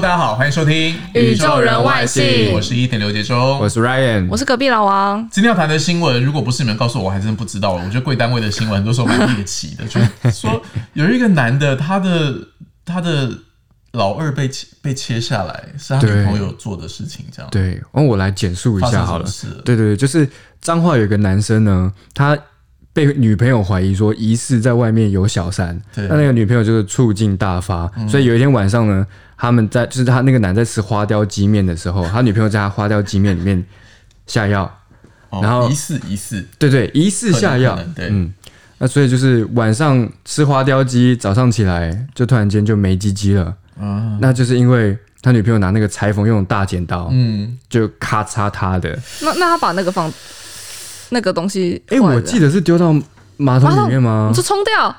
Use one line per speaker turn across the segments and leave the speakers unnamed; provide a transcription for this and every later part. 家好，欢迎收听《
宇宙人外星
我是一点刘杰忠，
我是 Ryan，
我是隔壁老王，
今天要谈的新闻，如果不是你们告诉我，我还真不知道了。我觉得贵单位的新闻很多时候蛮猎奇的，就说有一个男的，他的他的老二被切被切下来，是他女
对
朋友做的事情，这样。
对，那、我来简述一
发生
下
什
好
么
了。
事了？
对对对，就是彰化有一个男生呢，他被女朋友怀疑说疑似在外面有小三，
对嗯
那那个女朋友就是醋劲大发，所以有一天晚上呢，他们在就是他那个男在吃花雕鸡面的时
嗯
候，他女朋友在他花雕鸡面里面下药，
哦
然后
疑似疑似
对对，疑似
可能
下药
可能，对
嗯。那所以就是晚上吃花雕鸡，早上起来就突然间就没鸡鸡了，
啊，
那就是因为他女朋友拿那个裁缝用的大剪刀，
嗯，
就咔嚓他的。
那那他把那个放那个东西坏
哎、
了，
我记得啊是丢到马桶里面吗
你？就冲掉，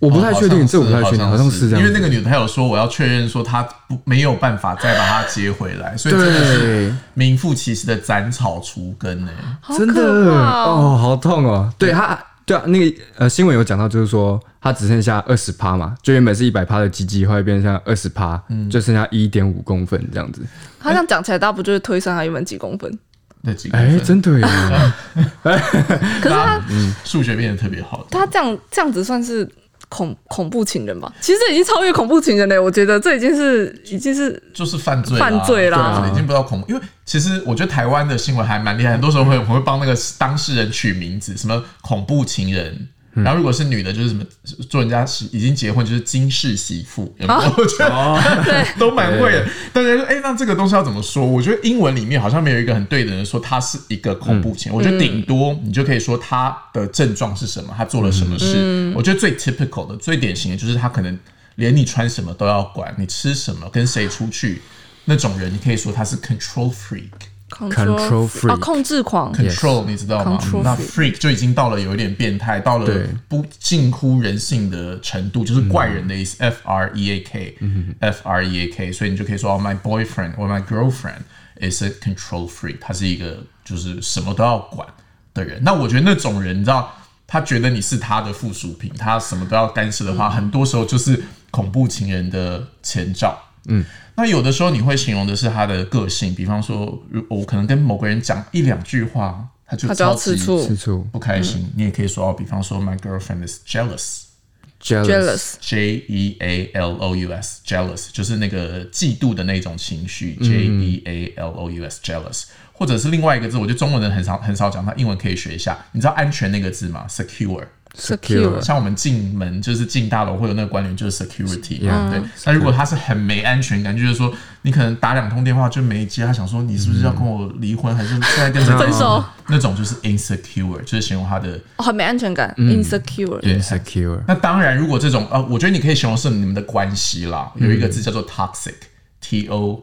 我不太确定，哦这我不太确定，好像是
是
这样。
因为那个女的她有说，我要确认说她不没有办法再把她接回来，所以真的是
对，
名副其实的斩草除根呢、欸
好
真的
可怕哦，
哦，好痛哦。对他，对啊，那个呃新闻有讲到，就是说他只剩下二十趴嘛，就原本是一百趴的鸡鸡，后来变成二十趴，就剩下一点五公分这样子。
他这样讲起来，大家不就是推上他原本几公分？
那几个
哎、
分嗯
真啊的耶！
可是他
数学变得特别好，
他这样这样子算是恐恐怖情人吧？其实这已经超越恐怖情人了，我觉得这已经是已经是
就是犯罪
犯罪啦
对啊已经不到恐怖。因为其实我觉得台湾的新闻还蛮厉害，很多时候会我会帮那个当事人取名字，什么恐怖情人。
嗯
然后如果是女的，就是什么做人家是已经结婚，就是金氏媳妇，有没有？
啊
我觉
哦
得 都蛮会的。大家说，哎，那这个东西要怎么说？我觉得英文里面好像没有一个很对的人说他是一个恐怖情人。我觉得顶多你就可以说他的症状是什么，他做了什么事。嗯我觉得最 typical 的、最典型的就是他可能连你穿什么都要管，你吃什么、跟谁出去那种人，你可以说他是 control freak。
Control freak
啊，控制狂，
control，你知道吗
Control
那
freak
freak 就已经到了有一点变态，到了
对
不近乎人性的程度，就是怪人的意思。F R E A K，F R E A K，所以你就可以说、哦 my boyfriend or my girlfriend is a control freak，他是一个就是什么都要管的人。那我觉得那种人，你知道，他觉得你是他的附属品，他什么都要干涉的话，很多时候就是恐怖情人的前兆。那有的时候你会形容的是他的个性，比方说，如我可能跟某个人讲一两句话，他就
他就要
超级
吃醋
吃醋
不开心。你也可以说，哦，比方说，My girlfriend is jealous，J
，jealous，
，jealous，
E A L O U S，jealous 就是那个嫉妒的那种情绪，J E A L O U S，jealous。或者是另外一个字，我觉得中文人很少很少讲，他英文可以学一下。你知道安全那个字吗？secure。
Secure
像我们进门就是进大楼会有那个关联，就是 security 嘛，
Yeah，
对。那如果他是很没安全感，就是说你可能打两通电话就没接，他想说你是不是要跟我离婚，还是现在跟谁
分手？
那种就是 insecure，就是形容他的
哦很没安全感，insecure，
嗯
对
secure，
那当然，如果这种呃，我觉得你可以形容是你们的关系啦，有一个字叫做 toxic，T O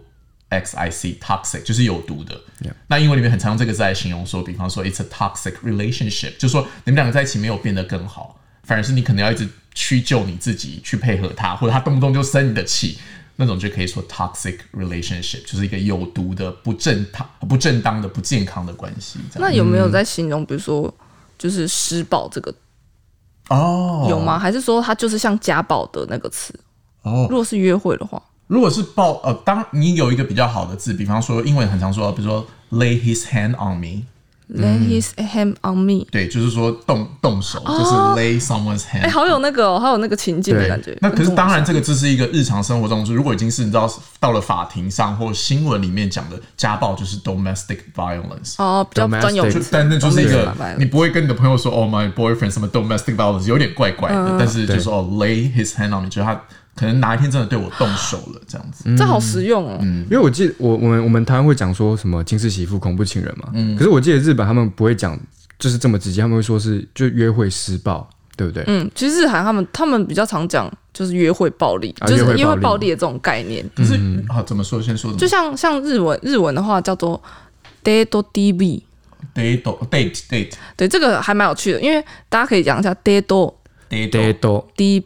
X I C，toxic 就是有毒的。那英文里面很常用这个字来形容说，比方说 it's a toxic relationship，就是说你们两个在一起没有变得更好，反而是你可能要一直屈就你自己去配合他，或者他动不动就生你的气。那种就可以说 toxic relationship，就是一个有毒的、不正当、不正当的、不健康的关系。这样
那有没有在形容，比如说就是施暴这个
哦，
有吗？还是说它就是像家暴的那个词？
哦
如果是约会的话，
如果是报呃，当你有一个比较好的字，比方说英文很常说，比如说 lay his hand on me，
lay his hand on me。
对，就是说动动手，就是 lay someone's
啊
hand。
哎、好有那个、哦，好有那个情境的
对
感觉。
那可是当然，这个字是一个日常生活中，如果已经是你知道到了法庭上或新闻里面讲的家暴，就是 domestic violence。
哦，比较
Domestic
专有
就
名词，
但那就是一个
domestic，violence
你不会跟你的朋友说哦，my boyfriend 什么 domestic violence 有点怪怪
嗯
的，但是就说哦，lay his hand on me，就是他可能哪一天真的对我动手了这样子。
这好实用哦。
因为我记得我我们我们台湾会讲说什么金氏媳妇、恐怖情人嘛，可是我记得日本他们不会讲就是这么直接，他们会说是就约会施暴，对不对？
嗯，其实日韩他们他们比较常讲就是约会暴力，
啊
就是
约
约
会暴力
会暴力的这种概念。
可是好怎么说？先说怎么说
就像像日文日文的话叫做 date db，
date date date
对，这个还蛮有趣的，因为大家可以讲一下 date
d
date
o
db，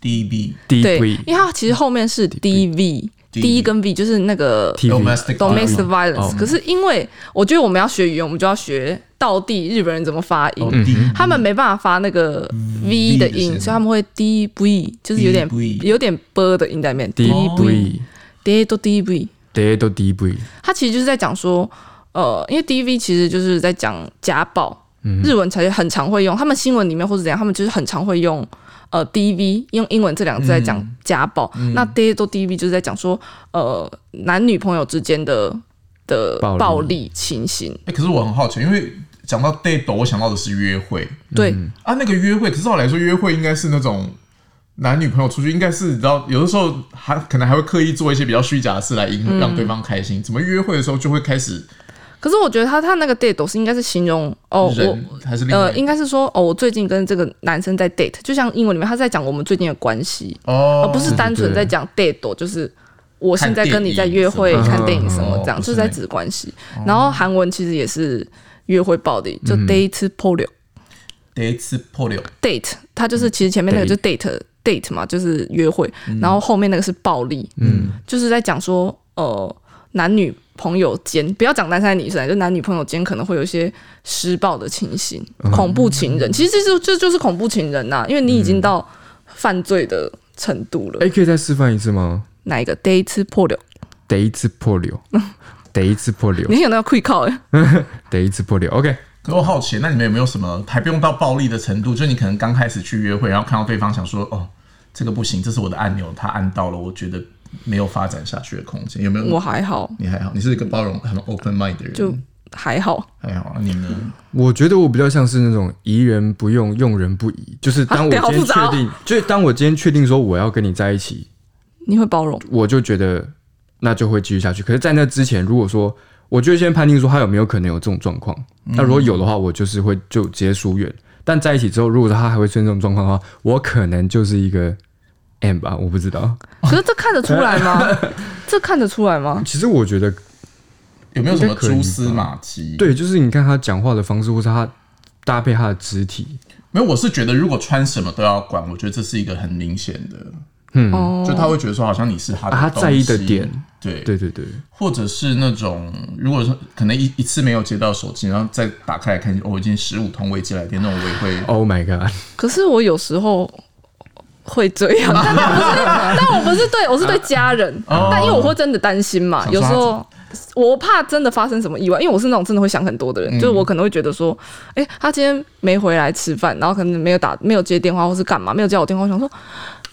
db
对，
db
因为它其实后面是 dv。D 跟 V 就是那个
TV
domestic
domestic
violence
violence，、可是因为我觉得我们要学语言，我们就要学道地日本人怎么发音。
哦 D
他们没办法发那个 Oh. 嗯 V 的
的声
音，
音
所以他们会 D V，就是有点
DV
有点 b 的音在里面。
d
V
b
d 都 DV，
大家都 DV，
它其实就是在讲说，呃，因为 DV 其实就是在讲家暴，
嗯
日文才很常会用，他们新闻里面或者怎样，他们就是很常会用呃 DV，用英文这两个字在讲家暴。
嗯
那 d a t o DV 就是在讲说，呃，男女朋友之间的的
暴力
暴力情形。
欸可是我很好奇，因为讲到 date，我想到的是约会
对，
嗯
啊，那个约会，可是照理来说，约会应该是那种男女朋友出去，应该是你知道，有的时候还可能还会刻意做一些比较虚假的事来
嗯
赢、让对方开心。怎么约会的时候就会开始
可是我觉得他他那个 date 是应该是形容哦，我
人、还是另外
呃
一个
应该是说哦，我最近跟这个男生在 date，就像英文里面他在讲我们最近的关系，而
哦，
呃不是单纯在讲 date，就是我现在跟你在约会、
看电影
看电影什么
哦
这样，
不
就是是在指关系。然后韩文其实也是约会暴力，就
嗯
date polio
date 是 polio
date，它就是其实前面那个
嗯
就 date date 嘛，就是约会，然后后面那个是暴力，嗯，就是在讲说呃男女。朋友间不要讲男生还是女生，就男女朋友间可能会有一些施暴的情形，
嗯
恐怖情人，其实这就这就是恐怖情人呐、因为你
嗯
已经到犯罪的程度了。
哎，可以再示范一次吗？
哪一个 date polio？
得一次 破流，得一次破流，
你很有那个 quick call 哎、
得一次破流。OK，
可我好奇，那你们有没有什么还不用到暴力的程度？就你可能刚开始去约会，然后看到对方想说：“哦，这个不行，这是我的按钮，他按到了，我觉得没有发展下去的空间。”有没有？
我还好，
你还好，你是一个包容、很 open mind 的人，
就还好。
还好。你呢？
我觉得我比较像是那种疑人不用，用人不疑，就是当
啊
我今
好
天
复杂
确
哦
定，就是当我今天确定说我要跟你在一起，
你会包容，
我就觉得那就会继续下去。可是，在那之前，如果说我就会先判定说他有没有可能有这种状况，那如果有的话，我就是会就直接疏远。但在一起之后，如果说他还会出现这种状况的话，我可能就是一个 M 吧，我不知道。
可是这看得出来吗？ 这看得出来吗？
其实我觉得，
有没有什么
应该可以吧
蛛丝马迹？，
对，就是你看他讲话的方式，或是他搭配他的肢体，
没有。我是觉得，如果穿什么都要管，我觉得这是一个很明显的，
哦，
就他会觉得说，好像你是他的
啊他在意的
东西
点，
对
对对对，
或者是那种，如果说可能一一次没有接到手机，然后再打开来看，哦，已经十五通未接来电，那种我也会。
Oh my god！
可是我有时候会这 样，但但不是，但我不是对我是对家 人，
哦
但因为我会真的担心嘛，
想
有
说
时
他
候。我怕真的发生什么意外，因为我是那种真的会想很多的人，就是我可能会觉得说，哎、他今天没回来吃饭，然后可能没有打、没有接电话，或是干嘛，没有接我电话，我想说，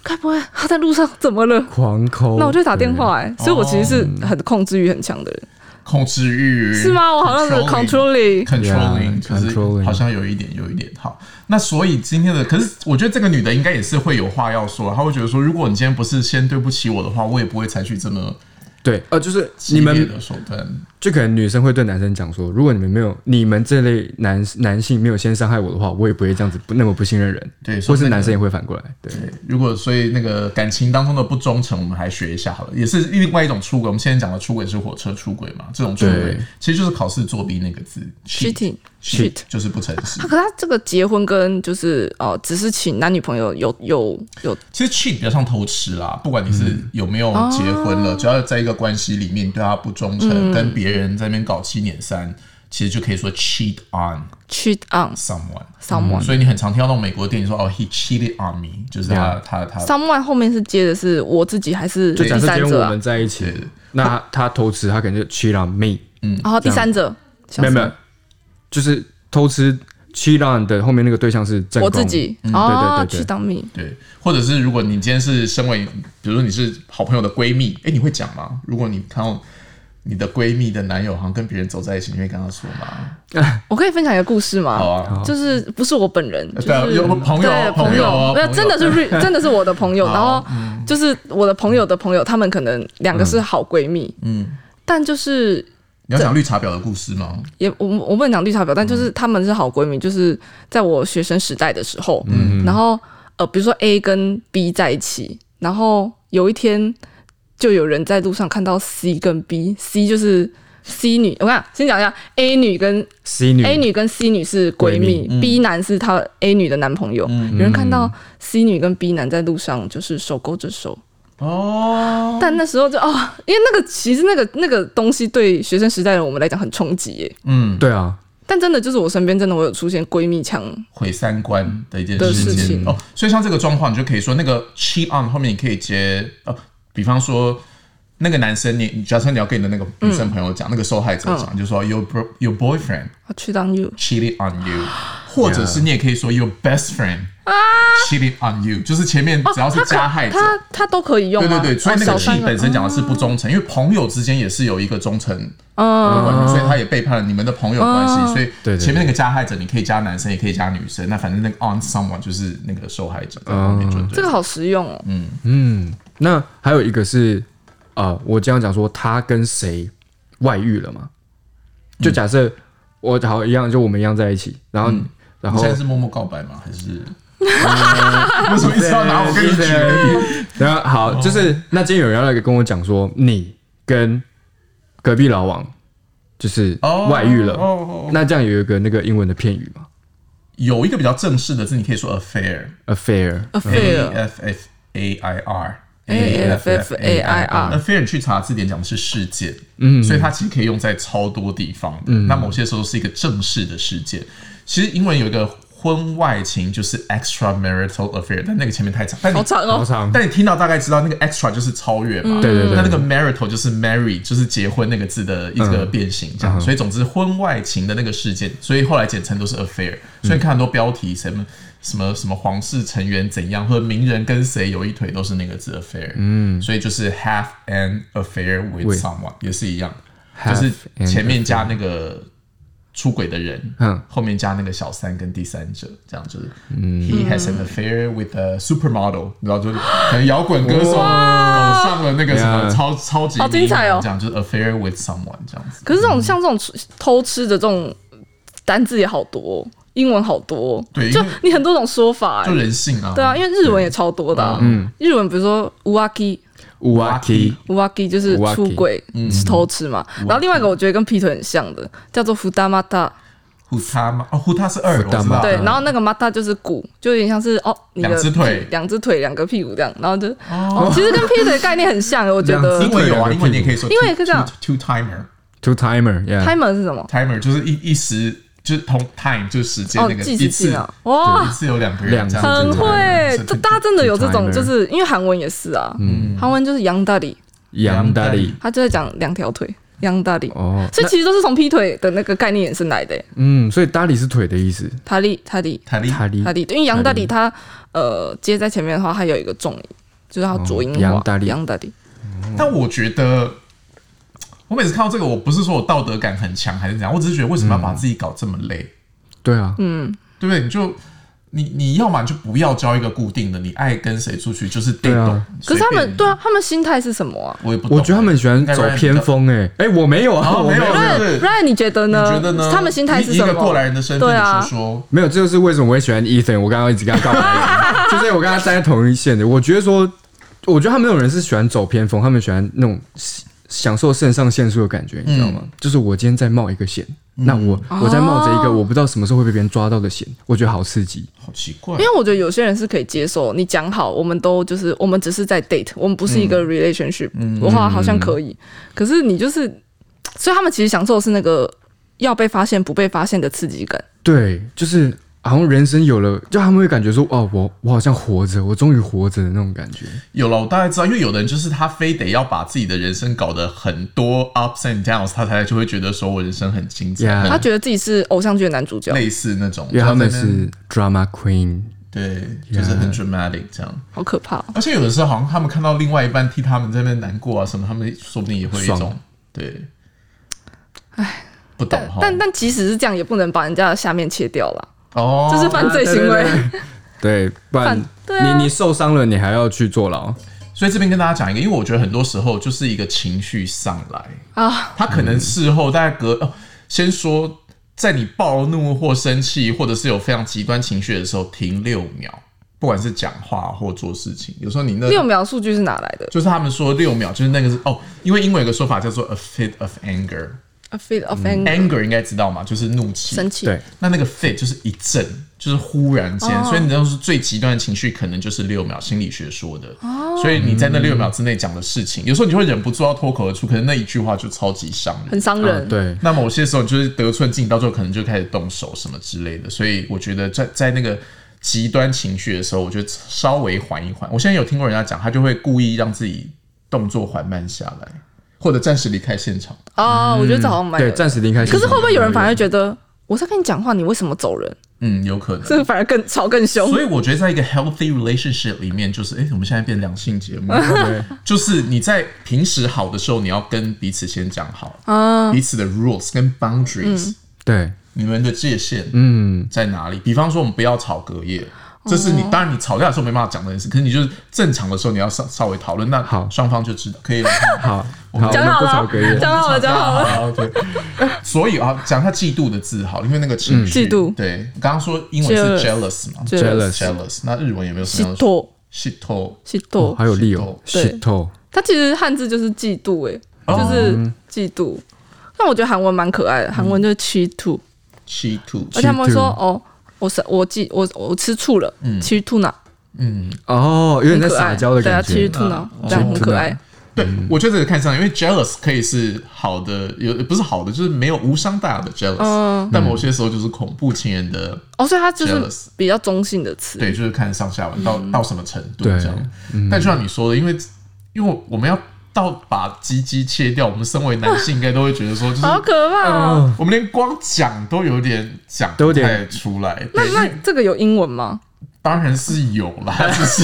该不会他在路上怎么了？
狂抠，
那我就打电话
哦
哎、所以我其实是很控制欲很强的人，
控制欲
是吗？我好像是
嗯
controlling，
controlling，
Yeah，
就是
controlling
好像有一点，有一点好。那所以今天的，可是我觉得这个女的应该也是会有话要说，啊她会觉得说，如果你今天不是先对不起我的话，我也不会采取这么
对，对，呃，就是
激
你
烈
们
的手段。
就可能女生会对男生讲说，如果你们没有你们这类男男性没有先伤害我的话，我也不会这样子不那么不信任人，
对说
或是
那个
男生也会反过来，对，
对，如果所以那个感情当中的不忠诚，我们还学一下好了，也是另外一种出轨。我们现在讲的出轨是火车出轨嘛，这种出轨
对
其实就是考试作弊那个字
Cheating
cheat
Cheat
就是不诚实
啊他。可他这个结婚跟就是呃，只是请男女朋友有有有
其实 cheat 比较像偷吃啦，不管你是有没有结婚了，只要在一个关系里面你对他不忠诚，跟别人在那边搞七捻三，其实就可以说 cheat on
cheat on
someone。
嗯
someone，someone、
所以你很常听到那种美国电影说哦，he cheated on me，就是他他他
someone 后面是接的是我自己还是
就
第
假设
三
今天
者
我
啊
们？在一起，那他偷吃，他可能就 cheat on me，
哦，第三者，
没有没
想
有
说，
就是偷吃 cheat on 的后面那个对象是正
我
宫嗯
自，己
对
哦
对对对
，cheat on me，
对，或者是如果你今天是身为，比如说你是好朋友的闺蜜，哎、你会讲吗？如果你看到你的闺蜜的男友好像跟别人走在一起，你会跟她说吗？
我可以分享一个故事吗？
好啊，
就是不是我本人，就是
对啊有朋友
对
朋
朋
友嗯哦
没
朋
有
友
真的是 re- 真的是我的朋友，然后就是我的朋友的朋友，他们可能两个是好闺蜜，
嗯，
但就是
你要讲绿茶婊的故事吗？
也我我不能讲绿茶婊，但
嗯
就是她们是好闺蜜，就是在我学生时代的时候，
嗯
然后呃，比如说 A 跟 B 在一起，然后有一天就有人在路上看到 C 跟 B，C 就是 C 女，我看先讲一下 A 女跟
C 女
A 女跟 C 女是闺蜜
闺蜜
嗯
b 男是她 A 女的男朋友，有人看到 C 女跟 B 男在路上就是手勾着手，
哦，
但那时候就哦，因为那个其实那个那个东西对学生时代的我们来讲很冲击耶。
嗯，
对啊，
但真的就是我身边真的我有出现闺蜜腔，
毁三观的一件
的
事
事
情
情
哦。所以像这个状况，你就可以说那个 cheat on 呃后面你可以接哦，比方说。那个男生，你你假设你要跟你的那个女生朋友讲，那个受害者
嗯
讲，就说 your bro- your boyfriend
我去当 you，
cheated on you，或
啊
者是你也可以说 your best friend cheated on you，就是前面只要是加害者。
哦他他都可以用
对
吗？
对对，所以那个
哦少三
戏本身讲的是不忠诚，因为朋友之间也是有一个忠诚
嗯
的关系，所以他也背叛了你们的朋友关系。所
对对
以前面那个加害者，你可以加男生，也可以加女生。那反正那个 on someone 就是那个受害者在旁边，就
这
对
个
了。
好实用哦。
嗯，那还有一个是，呃，我这样讲说他跟谁外遇了嘛？就假设我好一样，就我们一样在一起，然后、
嗯
然
你
后
现在是默默告白吗？还是
呃
为什么一直要拿我跟你举例？
对然后好，就是那今天有人要来跟我讲说，你跟隔壁老王就是
哦
外遇了，
哦哦
那这样有一个那个英文的片语嘛
有一个比较正式的字，你可以说 affair。
，affair。
A
affair
F F A I R。
A F F A I R
affair 你去查字典讲的是事件，嗯，所以它其实可以用在超多地方的。
嗯
那某些时候是一个正式的事件。其实英文有一个婚外情，就是 extramarital affair，但那个前面太长，但你
好长
好
哦，
长，
但你听到大概知道那个 extra 就是超越嘛，
啊嗯对对对
那那个 marital 就是 marry，就是结婚那个字的一个变形，这样。
嗯
所以总之婚外情的那个事件，所以后来简称都是 affair。所以
嗯
看很多标题，什么什么什么皇室成员怎样，或者名人跟谁有一腿，都是那个字 affair。嗯，所以就是 have an affair with
With
someone 也是一样，就
Have
是
an
前面加那个。出轨的人，
嗯
后面加那个小三跟第三者，这样就是、he has an affair with a supermodel，然后就是可能摇滚歌手搞上了那个什么
Yeah
超超级
好精彩
迷
哦
人这样就是 affair with someone 这样子。
可是这种像这种吃偷吃的这种单字也好多哦，英文好多哦，
对
就
因为
你很多种说法
就
哎。
人性啊，
对啊，因为日文也超多的啊，
嗯
日文比如说 uaki
uaki
uaki 就是
Uwaki
出轨是偷吃嘛，
嗯
然后另外一个我觉得跟劈腿很像的叫做 futamata，
啊虎他嘛，哦虎他是二，
虎他
我知道
对，然后那个 mata 就是骨，就有点像是哦你的
两只腿
两只腿两个屁股这样，然后就哦其实跟劈腿概念很像，我觉
两
得
只
英文有
两
啊，
个
英文你也可以说 two-
因为也可以啊这样
two two timer
two
啊
timer，yeah，
timer 是什么？
timer 就是一一时就是同 time 就是时间
哦
那，个
计
一
时
次
器啊，哇
一，次有两个人
两
这样子，
很会，
是
这大家真的有这种，
Two-timer
就是因为韩文也是啊，
嗯
韩文就是杨大理，
杨大力，
他就在讲两条腿，杨大理，
哦，
所以其实都是从劈腿的那个概念衍生来的欸。
嗯，所以大力是腿的意思，
塔利塔利
塔利
大力
塔利，因为杨大理他呃接在前面的话，他有一个重音，就是他浊音化。
杨大理
杨大理，
但我觉得，我每次看到这个，我不是说我道德感很强还是怎样，我只是觉得为什么要把自己搞这么累，
对啊，
对不对？你就你你要嘛就不要交一个固定的，你爱跟谁出去就是定
对
动
啊。
可是他
随便
们
你
对啊，他们心态是什么啊
我也不懂，
我觉得他们喜欢走偏风，哎，哎，我没有啊，
哦
我没
没有
有，
对对
？Ryan，你觉得
你
呢？
觉得呢？
他们心态
以
是
以一
什
个
么？
过来人的身份
对啊
你说说，
没有，这就是为什么我会喜欢 Ethan。我刚刚一直跟他告 白，就是我跟他站在同一线的。我觉得说，我觉得他们那种人是喜欢走偏锋，他们喜欢那种享受肾上腺素的感觉，你知道吗？
嗯
就是我今天在冒一个险，那我我在冒着一个
哦
我不知道什么时候会被别人抓到的险，我觉得好刺激。
好奇怪
因。为我觉得有些人是可以接受，你讲好，我们都就是我们只是在 date，我们不是一个 relationship，的话好像可以。可是你就是，所以他们其实享受的是那个要被发现、不被发现的刺激感。
对，就是好像人生有了，就他们会感觉说，哦，我我好像活着，我终于活着的那种感觉。
有了，我大概知道，因为有的人就是他非得要把自己的人生搞得很多 ups and downs，他才就会觉得说我人生很精彩
Yeah
他觉得自己是偶像剧的男主角，
类似那种，
因为他们
就在那边
是 drama queen，
对，就是很 dramatic 这样。
好可怕、哦。
而且有的时候，好像他们看到另外一半替他们在那边难过啊什么，他们说不定也会有一种
爽
对，唉，不懂哈。
但但即使是这样，也不能把人家的下面切掉了，
哦，
这是犯罪行为。
对，不然
反对啊
你你受伤了，你还要去坐牢。
所以这边跟大家讲一个，因为我觉得很多时候就是一个情绪上来
啊，
他可能事后大概隔、哦，先说在你暴怒或生气，或者是有非常极端情绪的时候停六秒，不管是讲话或做事情，有时候你
呃
那
六秒数据是哪来的
就是他们说六秒，就是那个是哦，因为英文有个说法叫做 a fit of anger，anger
？A fit of anger，、
应该知道嘛，就是怒气，
生气。
嗯哎对，
那那个 fit 就是一阵，就是忽然间，所以你那是最极端的情绪，可能就是六秒心理学说的。所以你在那六秒之内讲的事情，有时候你会忍不住要脱口而出，可能那一句话就超级伤人。
很伤
嗯，
人。
对，
那某些时候你就是得寸进，到最后可能就开始动手什么之类的。所以我觉得在在那个极端情绪的时候，我觉得稍微缓一缓。我现在有听过人家讲，他就会故意让自己动作缓慢下来，或者暂时离开现场。
哦，我觉得这好像蛮有
嗯对，暂时离开现
可
场。
是会不会有人反而觉得我在跟你讲话，你为什么走人？
嗯，有可能。
这反而更吵更凶
所。以我觉得，在一个 healthy relationship 里面，就是哎、诶我们现在变两性节目，
对
就是你在平时好的时候，你要跟彼此先讲好
啊
彼此的 rules 跟 boundaries，、
对，
你们的界限
嗯，
在哪里？比方说，我们不要吵隔夜。这是你当然，你吵架的时候没办法讲这件事，可是你就是正常的时候，你要稍稍微讨论，那
好
双方就知道可以了。
好，
我
好，我
讲
们
好
不
了
吵隔夜。
讲好了，啊讲好了。
了。对，所以啊，讲一下嫉妒的字好了，因为那个情绪，
嗯嫉妒
对，刚刚说英文是 jealous 嘛
Jealous
，jealous，那日文有没有什
喜
么样的
多
shit t
喜
哦
多，
还有利
啊
哦，
对
石头，
它其实汉字就是嫉妒，哎，
哦
就是嫉妒。但我觉得韩文蛮可爱的，韩文
嗯
就是七兔，
c h e t
而且他们会说哦，我是我记我我吃醋了，七兔呢，
嗯，
哦，有点
很
在
可爱
撒，娇的
对啊，
感
七
觉。
兔呢，
嗯
这样很可爱。
对，
嗯
我觉得这个看上，因为 jealous 可以是好的，有不是好的，就是没有无伤大雅的 jealous，
嗯，
但某些时候就是恐怖情人的，
哦，所以它就
Jealous
是嗯比较中性的词。
对，就是看上下文到到什么程度
对嗯
这样。但就像你说的，因为因为我们要到把鸡鸡切掉，我们身为男性应该都会觉得说，就是
好可怕哦！
我们连光讲都有点讲
都
不
有点
太出来。
那
对
那这个有英文吗？
当然是有 啦，只是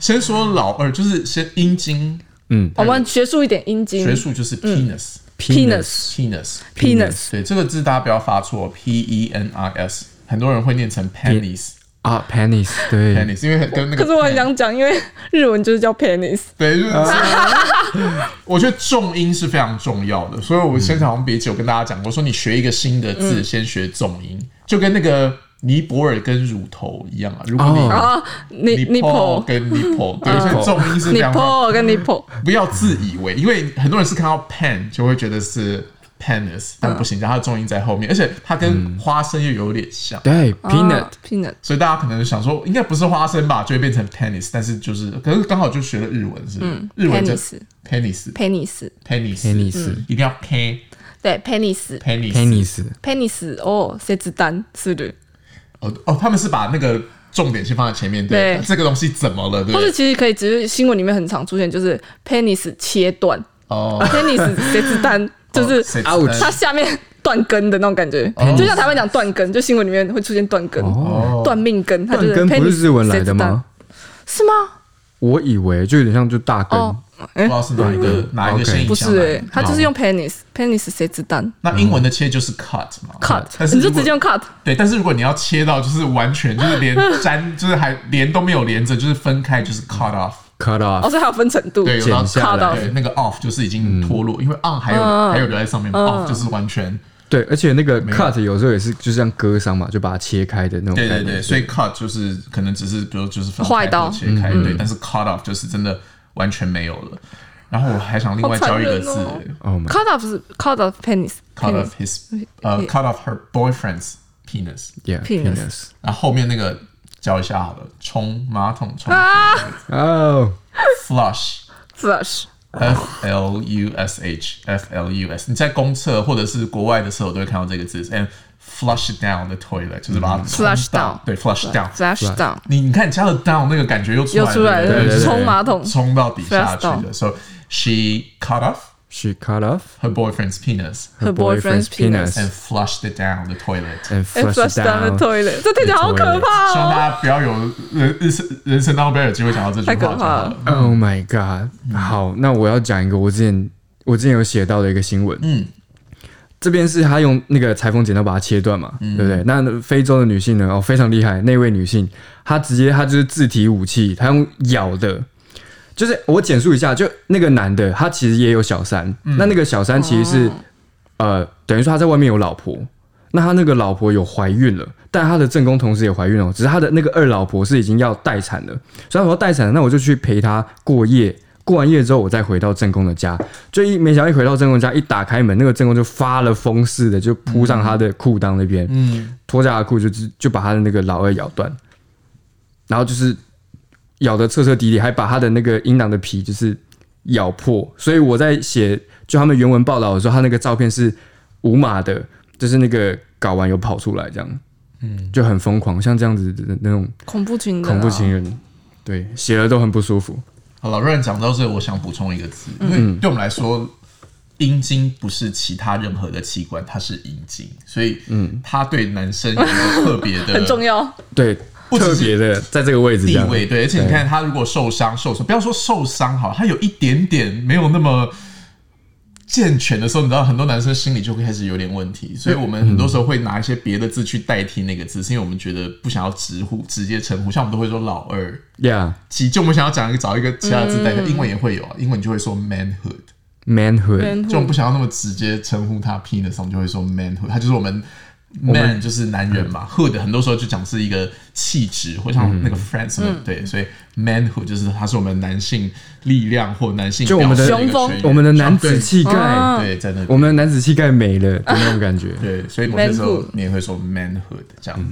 先说老二，就是先阴茎
嗯
我们学术一点，阴茎
学术就是 penis、
penis
penis，
penis
对这个字大家不要发错，p e n i s，很多人会念成 penis
啊，pennies，对，
penis，因为跟那个
可是我很
pen-
想讲，因为日文就是叫 penis，
对，就是、 我觉得重音是非常重要的，所以我现场好像别集有跟大家讲过，说你学一个新的字，
嗯
先学重音，就跟那个尼泊尔跟乳头一样啊。如果你、
哦
啊，ni
n i p o
nipple
跟 nipple，对，所以重音是非常
nipple 跟 nipple，
不要自以为，因为很多人是看到 pen 就会觉得是 penis，但不行，它的重音在后面，而且它
嗯
跟花生又有点像。
对，peanut，
啊 peanut
所以大家可能想说，应该不是花生吧，就会变成 penis，但是就是，可是刚好就学了日文是不是，
嗯
日文就
penis
penis
penis
penis
嗯
，penis，penis，
一定要 p
对 penis
penis
嗯 penis 哦，谁知单是的，
哦哦，他们是把那个重点先放在前面，对
对
这个东西怎么了，对不
或者
对？
其实可以只是新闻里面很常出现，就是 penis 切断啊
哦，
penis 谁知单，就是
谁知道
ouch
它下面断根的那种感觉
嗯哦，
就像台湾讲断根，就新闻里面会出现断根。
哦，
哦，
断命根，它
断
就是
根不
penis
是日文来
谁
的
知单
吗？？
是吗？
我以为就有点像就大根，
哦，
呃不
哎
知，道是哪一个哪一个
OK
声音
不
响
是
来
哎
的，
它就是用 penis penis 谁知单
那英文的切就是 cut 嘛
cut，
但是
你就
如果
直接用 cut。
对，但是如果你要切到就是完全就是连粘，就是还连都没有连着，就是分开就是 cut off，
cut
哦，
off，
所以还有分程度，
对，有到
剪
cut
下来
off
对那个 off 就是已经脱落，因为 on 还有
嗯
还有留在上面嘛，off 就是完全
对，而且那个
有
cut 有时候也是就像割伤嘛，就把它切开的那种
对
概
对
念。
对，所以 cut 就是可能只是比如就是分开
坏刀
或切
嗯
开，对，但是 cut off 就是真的完全没有了。然后我还想另外教一个字
好残忍
Oh my，
cut off 是 cut off penis
，cut
嗯 penis
off his 呃 cut off her boyfriend's penis，
yeah,
penis
penis。
然后后面那个教一下好了，冲马桶冲
啊
哦，
flush。
flush
F L U S H F L U S，你在公厕或者是国外的时候都会看到这个字，and flush it down the toilet，就是把它冲
Flush
到
down
对，flush down。
flash down
你你看你加了 down 那个感觉又出来
又
了，
出
对
来
不对
了，
对
冲马桶
就是冲到底下
Flush
去的。So she cut off
she cut off
her boyfriend's penis
her boyfriend's penis
and flushed it down the toilet。
and
and
flush
哎 flush
it
down the
down。
toilet，这听起来好可怕
希望
哦！
大家不要有人人生人生当中不要有机会讲到这句话
太可
就
怕
好
了
了。
Oh my god！好，那我要讲一个我之前我之前有写到的一个新闻，
嗯，
这边是她用那个裁缝剪刀把它切断嘛，对不对？那非洲的女性呢，哦，非常厉害，那位女性她直接她就是自体武器，她用咬的。就是我简述一下，就那个男的，他其实也有小三，那那个小三其实是、呃，等于说他在外面有老婆，那他那个老婆有怀孕了，但他的正宫同时也怀孕了，只是他的那个二老婆是已经要待产了，所以他说待产了，那我就去陪她过夜。过完夜之后，我再回到正宫的家，就一没想到一回到正宫家，一打开门，那个正宫就发了疯似的就扑上他的裤裆那边，
嗯，
脱下他的裤就直就把他的那个老二咬断，然后就是咬得彻彻底底，还把他的那个阴囊的皮就是咬破。所以我在写就他们原文报道的时候，他那个照片是无码的，就是那个睾丸有跑出来这样，嗯，就很疯狂，像这样子的那种
恐怖情人啊，
恐怖情人，对，写了都很不舒服。
好了，瑞讲到这，我想补充一个字，
嗯
因为对我们来说，阴茎不是其他任何的器官，它是阴茎，所以嗯，它对男生有一个特别的
很重要。
对，
不只
特
是
别的在这个位置这
地
样，
位，对，而且你看他如果受伤受损，不要说受伤好了，他有一点点没有那么健全的时候，你知道很多男生心里就会开始有点问题，
嗯
所以我们很多时候会拿一些别的字去代替那个字，是因为我们觉得不想要直呼直接称呼，像我们都会说老二，
，Yeah，manhood，
其就我们想要讲一个找一个其他字代
嗯
替，英文也会有啊，英文就会说 manhood。就我们不想要那么直接称呼他 penis，我们就会说 manhood，他就是我们 man 就是男人嘛，hood 很多时候就讲是一个气质，或
嗯
像那个 friends
嗯
们、对，所以 manhood 就是他是我们男性力量或男性
就我们的
表现一个
雄风
成员
我们的男子气
啊
概，
对，在那
我
边
们的男子气概没了的那种 感觉。
对，所以某些时候
manhood
你也会说 manhood 这样。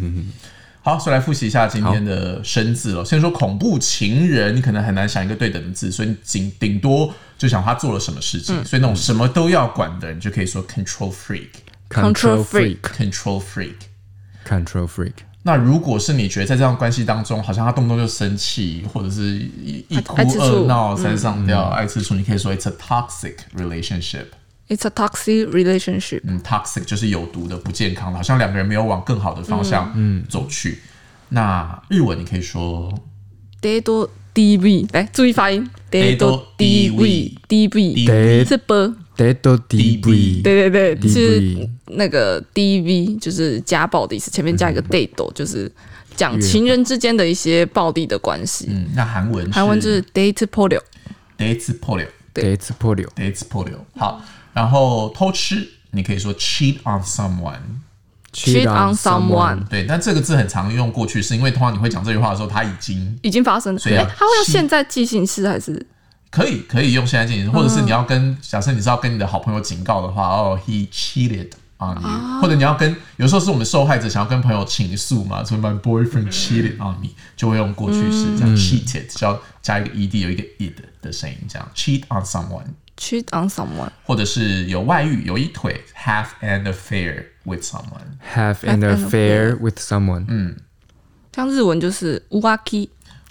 好，所以来复习一下今天的生字了。先说恐怖情人，你可能很难想一个对等的字，所以你顶顶多就想他做了什么事
嗯
情。所以那种什么都要管的人，就可以说 control freak。
Control
control freak。
freak，control freak，
那如果是你觉得在这样关系当中，好像他动不动就生气，或者是一一哭
爱吃醋嗯
二闹三上吊、爱吃醋，你可以说 it's a toxic relationship。
It's a toxic relationship。
嗯，toxic 就是有毒的、不健康的，好像两个人没有往更好的方向走去。那日文你可以说
Dado DV，来注意发音。
Dado DV
DV 是 b，
得都 D B，
对对对，
DV
是那个 DV，就是家暴的意思，前面加一个 dado，就是讲情人之间的一些暴力的关系。
嗯，那韩文
韩文就是 date polio。
dates polio
得 s p o l i o
dates polio。好，然后偷吃你可以说 cheat on someone。
Cheat on someone
对，但这个字很常用过去式，因为通常你会讲这句话的时候，他已经
已经发生了，
所以要
诶他会用
吸
现在进行式还是
可以可以用现在进行时，或者是你要跟假设你是要跟你的好朋友警告的话，哦，he cheated on you，、或者你要跟有时候是我们受害者想要跟朋友倾诉嘛，所以 my boyfriend cheated on me 就会用过去式，这样 cheated 就要加一个 ed 有一个 id 的声音，这样 cheat on someone，
cheat on someone？
或者是有外遇有一腿 have an affair with someone，
have an
Have an
affair with someone，嗯
像日文就是 uaki，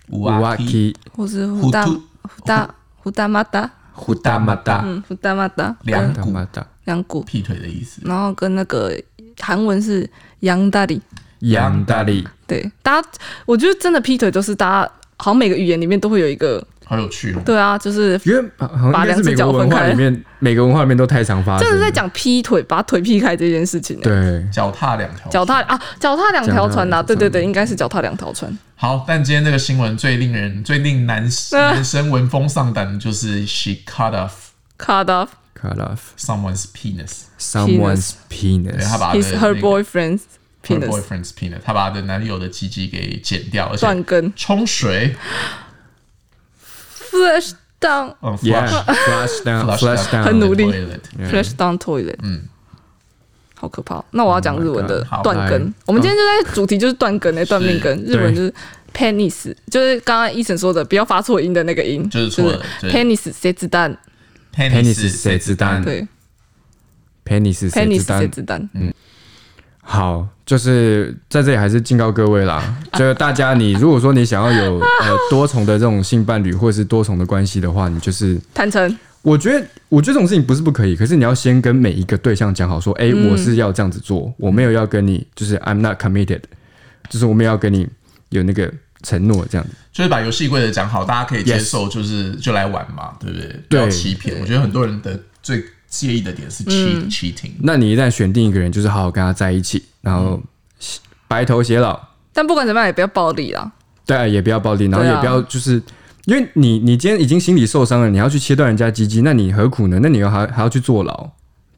五啊
，waki
或是胡大
胡突
胡大胡大妈达，
胡大马达，
嗯，胡大妈达
两
大
股
马达，
两股，
劈腿的意思，
然后跟那个韩文是杨大里，
杨大力，
对，大家我觉得真的劈腿就是大家好像每个语言里面都会有一个，
好有趣哦。
对啊，就是
因为好
把
像应该是
两只
每
脚
个文
分
化
开
里面，每个文化里面都太常发生
真
了，
的在讲劈腿，把腿劈开这件事情、欸。
啊对，
脚踏两条船
脚踏啊，脚踏两条船呐、啊
脚踏两条船
对对对，应该是脚踏两条船。
好，但今天这个新闻最令人、最令男男生闻风丧胆的就是 she cut off
Cut off
cut off
someone's penis，
someone's
对他
penis，
把他的
his
那
her
个
boyfriend's
her
penis
boyfriend's penis，他把他的男友的鸡鸡给剪掉，而
断
且
根
冲水，
flush down
嗯
yeah
，flush
flush down
flush
flush
down
很
down
努力
the toilet
flush down toilet，
嗯，
好可怕。哦那我要讲
Oh my
日文的
God，好
断根
来。
我们今天就在主题就是断根诶，欸断命根。日文就是 penis，就是刚刚医生说的，不要发错音的那个音，
就是错了就是
penis 谁子弹？
penis
penis 谁知道
蛋，
对
penis 谁
，penis
知道
谁子弹？
好，就是在这里还是警告各位啦，就是大家你如果说你想要有呃多重的这种性伴侣或者是多重的关系的话，你就是
坦诚，
我觉得我觉得这种事情不是不可以，可是你要先跟每一个对象讲好说，哎、我是要这样子做，我没有要跟你就是 I'm not committed，就是我没有要跟你有那个承诺这样子。
就是把游戏规则讲好，大家可以接
Yes
受，就是就来玩嘛，对不对？不要
对
欺骗，我觉得很多人的最介意的点是 cheat
嗯
cheating，
那你一旦选定一个人，就是好好跟他在一起，然后白头偕老，
但不管怎么样也不要暴力啦。
对啊，也不要暴力，然后
对啊
也不要就是，因为你你今天已经心理受伤了，你要去切断人家鸡鸡，那你何苦呢？那你又还还要去坐牢，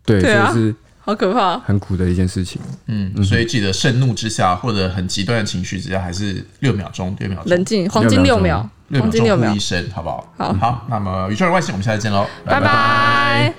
对，
对啊
所以是
好可怕！哦
很苦的一件事情。
嗯，所以记得盛怒之下或者很极端的情绪之下，还是六秒钟，六秒钟，
冷静，黄金
六
六
秒
秒，黄金
六秒
六
钟
秒
呼一，声，好不好？
好
好，那么宇宙人外星，我们下次见喽，
拜拜。